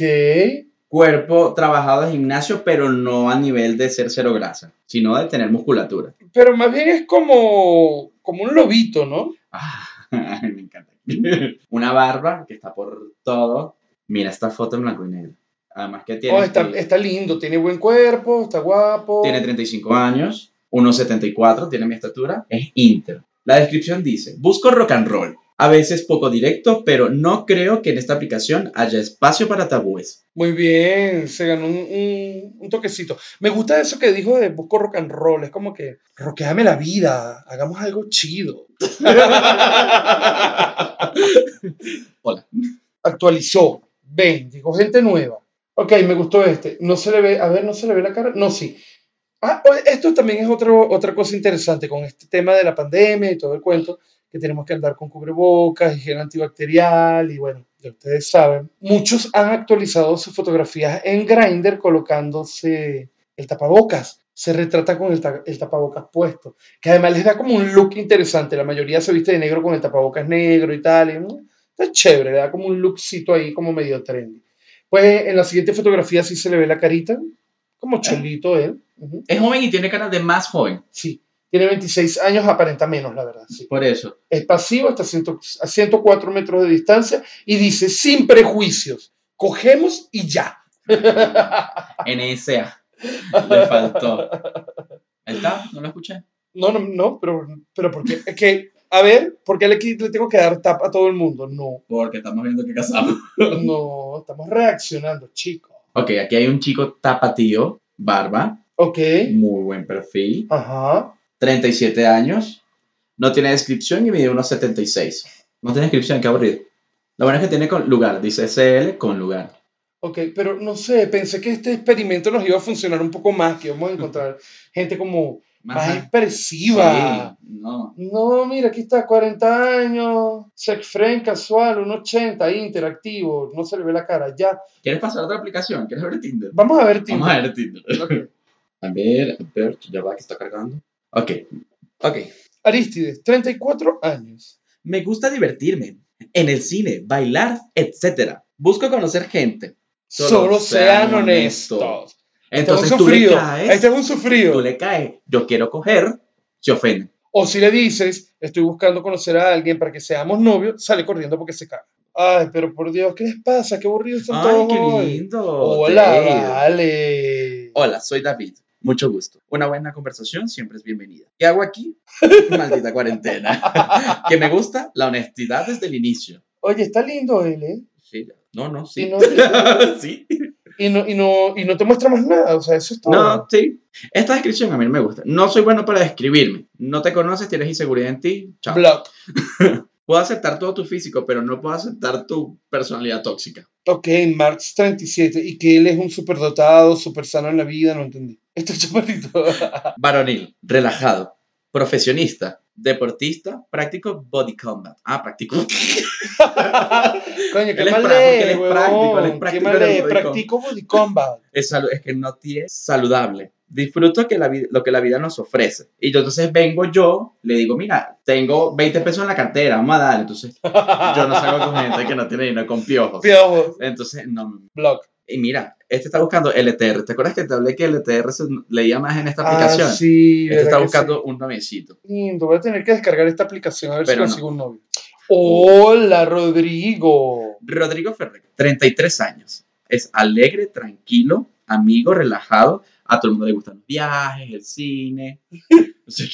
B: Cuerpo trabajado de gimnasio, pero no a nivel de ser cero grasa, sino de tener musculatura.
A: Pero más bien es como, como un lobito, ¿no?
B: Ah, me encanta. Una barba que está por todo. Mira esta foto en blanco y negro. Además que tiene,
A: Oh, está, está lindo, tiene buen cuerpo, está guapo.
B: tiene 35 años, 1,74, tiene mi estatura. Es inter. La descripción dice, busco rock and roll. A veces poco directo, pero no creo que en esta aplicación haya espacio para tabúes.
A: Muy bien, se ganó un, un- un toquecito. Me gusta eso que dijo de busco rock and roll, es como que roqueame la vida, hagamos algo chido.
B: Hola.
A: Actualizó, ven, llegó gente nueva. Ok, me gustó este. No se le ve, a ver, no se le ve la cara. No, sí. Ah, o- esto también es otro, otra cosa interesante con este tema de la pandemia y todo el cuento, que tenemos que andar con cubrebocas y gel antibacterial y bueno, ya ustedes saben. Muchos han actualizado sus fotografías en Grindr colocándose el tapabocas. Se retrata con el, ta- el tapabocas puesto, que además les da como un look interesante. La mayoría se viste de negro con el tapabocas negro y tal. y, ¿no? Está chévere, le da como un lookcito ahí como medio trendy. Pues en la siguiente fotografía sí se le ve la carita, como chulito él. ujú.
B: Es joven y tiene cara de más joven.
A: Sí, tiene 26 años, aparenta menos, la verdad. sí.
B: Por eso.
A: Es pasivo, está a, 100 a 104 metros de distancia y dice, sin prejuicios, cogemos y ya.
B: NSA. Le faltó. ¿Ahí está? ¿No lo escuché?
A: No, no, no, pero, pero porque, es que, a ver, ¿por qué le, qui- le tengo que dar tap a todo el mundo? No,
B: Porque estamos viendo que casamos.
A: no, estamos reaccionando, chicos.
B: Ok, aquí hay un chico tapatío, barba,
A: Ok,
B: muy buen perfil,
A: ajá.
B: 37 años, no tiene descripción y mide unos 76. No tiene descripción, qué aburrido. Lo bueno es que tiene con lugar, dice SL con lugar.
A: Ok, pero no sé, pensé que este experimento nos iba a funcionar un poco más, que íbamos a encontrar gente como más
B: Ajá.
A: expresiva.
B: Sí, no.
A: No, mira, aquí está, 40 años, sex friend casual, 1.80, interactivo, no se le ve la cara, ya.
B: ¿Quieres pasar a otra aplicación? ¿Quieres ver Tinder?
A: Vamos a ver, tío.
B: Vamos a ver Tinder.
A: Ok.
B: A ver, a ver, ya va que está cargando. Ok. Ok.
A: Aristides, 34 años.
B: Me gusta divertirme. En el cine, bailar, etc. Busco conocer gente.
A: Solo, sean honestos. Este es
B: Entonces
A: un
B: tú le
A: sufrido.
B: caes.
A: Este es un sufrido.
B: Tú le caes. Yo quiero coger. Se ofende.
A: O si le dices, estoy buscando conocer a alguien para que seamos novios, sale corriendo porque se caga. Ay, pero por Dios, ¿qué les pasa? Qué aburridos están
B: Ay,
A: todos.
B: qué
A: hoy.
B: lindo.
A: Hola,
B: Dave.
A: vale.
B: Hola, soy David. Mucho gusto. Una buena conversación siempre es bienvenida. ¿Qué hago aquí? Maldita cuarentena. que me gusta la honestidad desde el inicio.
A: Oye, está lindo él, ¿eh?
B: Sí. No, no,
A: Y
B: sí.
A: no,
B: sí.
A: y, no, y, no, y no te muestra más nada, o sea, eso es todo.
B: No, sí. Esta descripción a mí no me gusta. No soy bueno para describirme. No te conoces, tienes inseguridad en ti. Chao.
A: Block.
B: Puedo aceptar todo tu físico, pero no puedo aceptar tu personalidad tóxica.
A: Ok, Marx 37, y que él es un superdotado, super sano en la vida, no entendí. Este chaparrito.
B: Varonil, relajado, profesionista, deportista, práctico body combat. Ah, práctico.
A: Coño, qué
B: Él es
A: mal
B: pra- porque él
A: lee,
B: es práctico, él
A: huevón.
B: es
A: Qué
B: práctico
A: mal
B: en el
A: lee,
B: body combat.
A: practico body combat.
B: es, salu- es que no tiene saludable. Disfruto que la vi- lo que la vida nos ofrece. Y yo entonces vengo yo, le digo, mira, tengo 20 pesos en la cartera, vamos a dar. Entonces yo no salgo con gente que no tiene dinero con piojos.
A: Piojo,
B: Entonces, no.
A: block.
B: Y mira, este está buscando LTR. ¿Te acuerdas que te hablé que LTR se leía más en esta
A: Ah,
B: aplicación?
A: sí,
B: este
A: ¿verdad que
B: está
A: sí?
B: buscando un noviecito.
A: Lindo, voy a tener que descargar esta aplicación a ver
B: Pero
A: si
B: no.
A: consigo un novio. Hola, Rodrigo.
B: Rodrigo Ferrer, 33 años. Es alegre, tranquilo, amigo, relajado. A todo el mundo le gustan los viajes, el cine. O sea,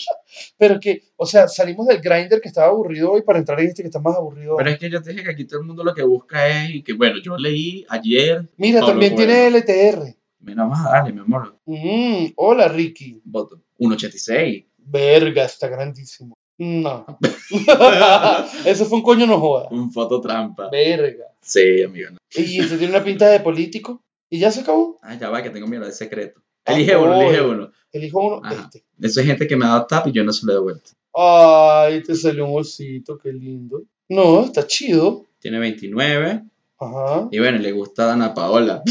A: Pero que, o sea, salimos del grinder que estaba aburrido hoy para entrar en este que está más aburrido.
B: Pero es que yo te dije que aquí todo el mundo lo que busca es, y que bueno, yo leí ayer,
A: Mira,
B: Pablo
A: también
B: Coelho.
A: tiene LTR.
B: menos más, dale, mi amor,
A: Mm, hola, Ricky.
B: voto, 1.86.
A: Verga, está grandísimo. No. Eso fue un coño no joda.
B: Un foto trampa.
A: Verga.
B: Sí, amigo. no.
A: Y se tiene una pinta de político. Y ya se acabó.
B: Ah, ya va, que tengo miedo de secreto.
A: Ah,
B: Elige uno,
A: coño.
B: elige uno.
A: Elijo uno,
B: Ajá.
A: este.
B: Eso es gente que me ha dado tap y yo no se lo he devuelto.
A: Ay, te salió un bolsito, qué lindo. No, está chido.
B: Tiene 29
A: Ajá.
B: y bueno, le gusta Dana Paola.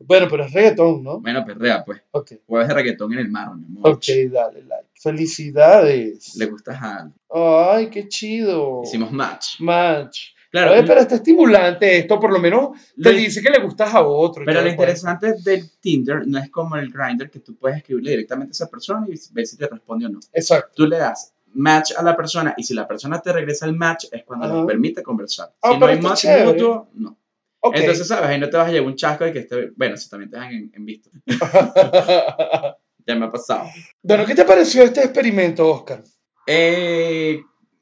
A: bueno, pero es reggaetón, ¿no?
B: bueno, perrea, pues.
A: Ok,
B: Jueves de reggaetón en el mar, mi amor.
A: ok, dale like. Felicidades.
B: Le gusta Hal.
A: Ay, qué chido.
B: Hicimos match.
A: Match.
B: Claro,
A: Oh. Oye, pero está estimulante esto, por lo menos te
B: le-
A: dice que le gustas a otro. y
B: Pero
A: todo pues.
B: lo
A: el cuento.
B: interesante del Tinder no es como el Grindr que tú puedes escribirle directamente a esa persona y ver si te responde o no.
A: Exacto.
B: Tú le das match a la persona y si la persona te regresa el match es cuando
A: Ajá.
B: les permite conversar.
A: Ah,
B: si no
A: pero
B: hay
A: está
B: match
A: chévere.
B: mutuo, no.
A: Ok.
B: Entonces, ¿sabes? Ahí no te vas a llevar un chasco de que esté... Bueno, si también te dejan en, en visto. Ya me ha pasado.
A: bueno, ¿qué te pareció este experimento, Oscar?
B: Eh,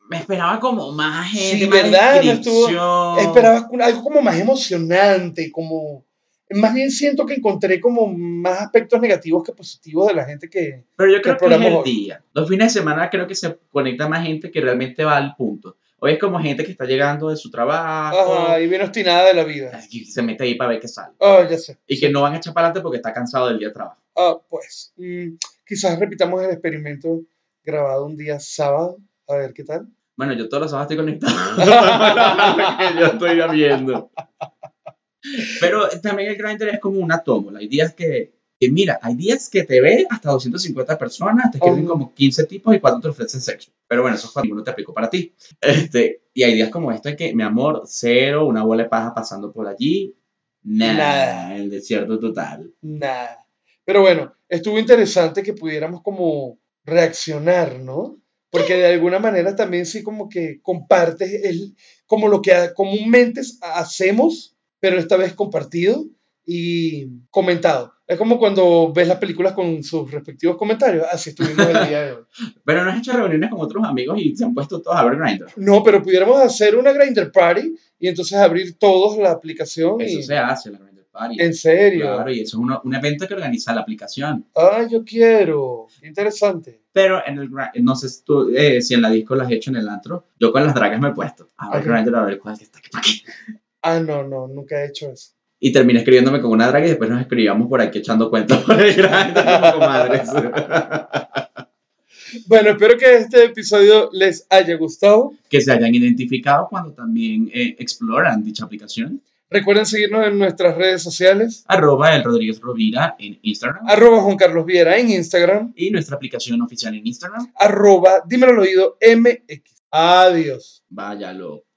B: me esperaba como más gente,
A: Sí,
B: más
A: ¿verdad? No estuvo-
B: descripción.
A: Esperabas cu- algo como más emocionante, como... Más bien siento que encontré como más aspectos negativos que positivos de la gente que...
B: Pero yo creo que es
A: programa
B: el
A: hoy.
B: día. Los fines de semana creo que se conecta más gente que realmente va al punto. Hoy es como gente que está llegando de su trabajo.
A: Ajá, y bien obstinada de la vida.
B: y se mete ahí para ver qué sale.
A: Ah, ya sé.
B: Y que no van a echar para adelante porque está cansado del día de trabajo.
A: Ah, pues, mm, quizás repitamos el experimento grabado un día sábado, a ver qué tal.
B: Bueno, yo todos los sábados estoy conectado. Porque yo estoy viendo. Pero también el Grindr es como una tómbola. Hay días que, que mira, hay días que te ve hasta 250 personas, te escriben
A: Ajá.
B: como 15 tipos y cuatro te ofrecen sexo. Pero bueno, eso es cuando ninguno te aplicó para ti. Este, y hay días como este que, mi amor, cero, una bola de paja pasando por allí. Nada,
A: Nada.
B: el desierto total.
A: Nada. Pero bueno, estuvo interesante que pudiéramos como reaccionar, ¿no? Porque de alguna manera también sí como que compartes el, como lo que ha- comúnmente ha- hacemos, pero esta vez compartido y comentado. Es como cuando ves las películas con sus respectivos comentarios. Así estuvimos el día de hoy.
B: Pero no has hecho reuniones con otros amigos y se han puesto todos a ver Grindr.
A: No, pero pudiéramos hacer una Grindr Party y entonces abrir todos la aplicación.
B: Eso
A: y-
B: se hace, la Grindr Party.
A: En serio.
B: Claro, y eso es uno- un evento que organiza la aplicación.
A: Ah, yo quiero. Interesante.
B: Pero en el gra- no sé si, tú, eh, si en la disco lo has hecho en el antro. Yo con las dragas me he puesto. A ver,
A: Ok.
B: Grindr, a ver cuál que está aquí.
A: Ah, no, no, nunca he hecho eso.
B: Y terminé escribiéndome con una draga y después nos escribíamos por aquí echando cuentas por el Grindr como comadres.
A: Bueno, espero que este episodio les haya gustado.
B: que se hayan identificado cuando también eh, exploran dicha aplicación.
A: Recuerden seguirnos en nuestras redes sociales.
B: Arroba el Rodríguez Rovira en Instagram.
A: Arroba Juan Carlos Viera en Instagram.
B: Y nuestra aplicación oficial en Instagram.
A: Arroba Dímelo al Oído MX. Adiós.
B: Váyalo.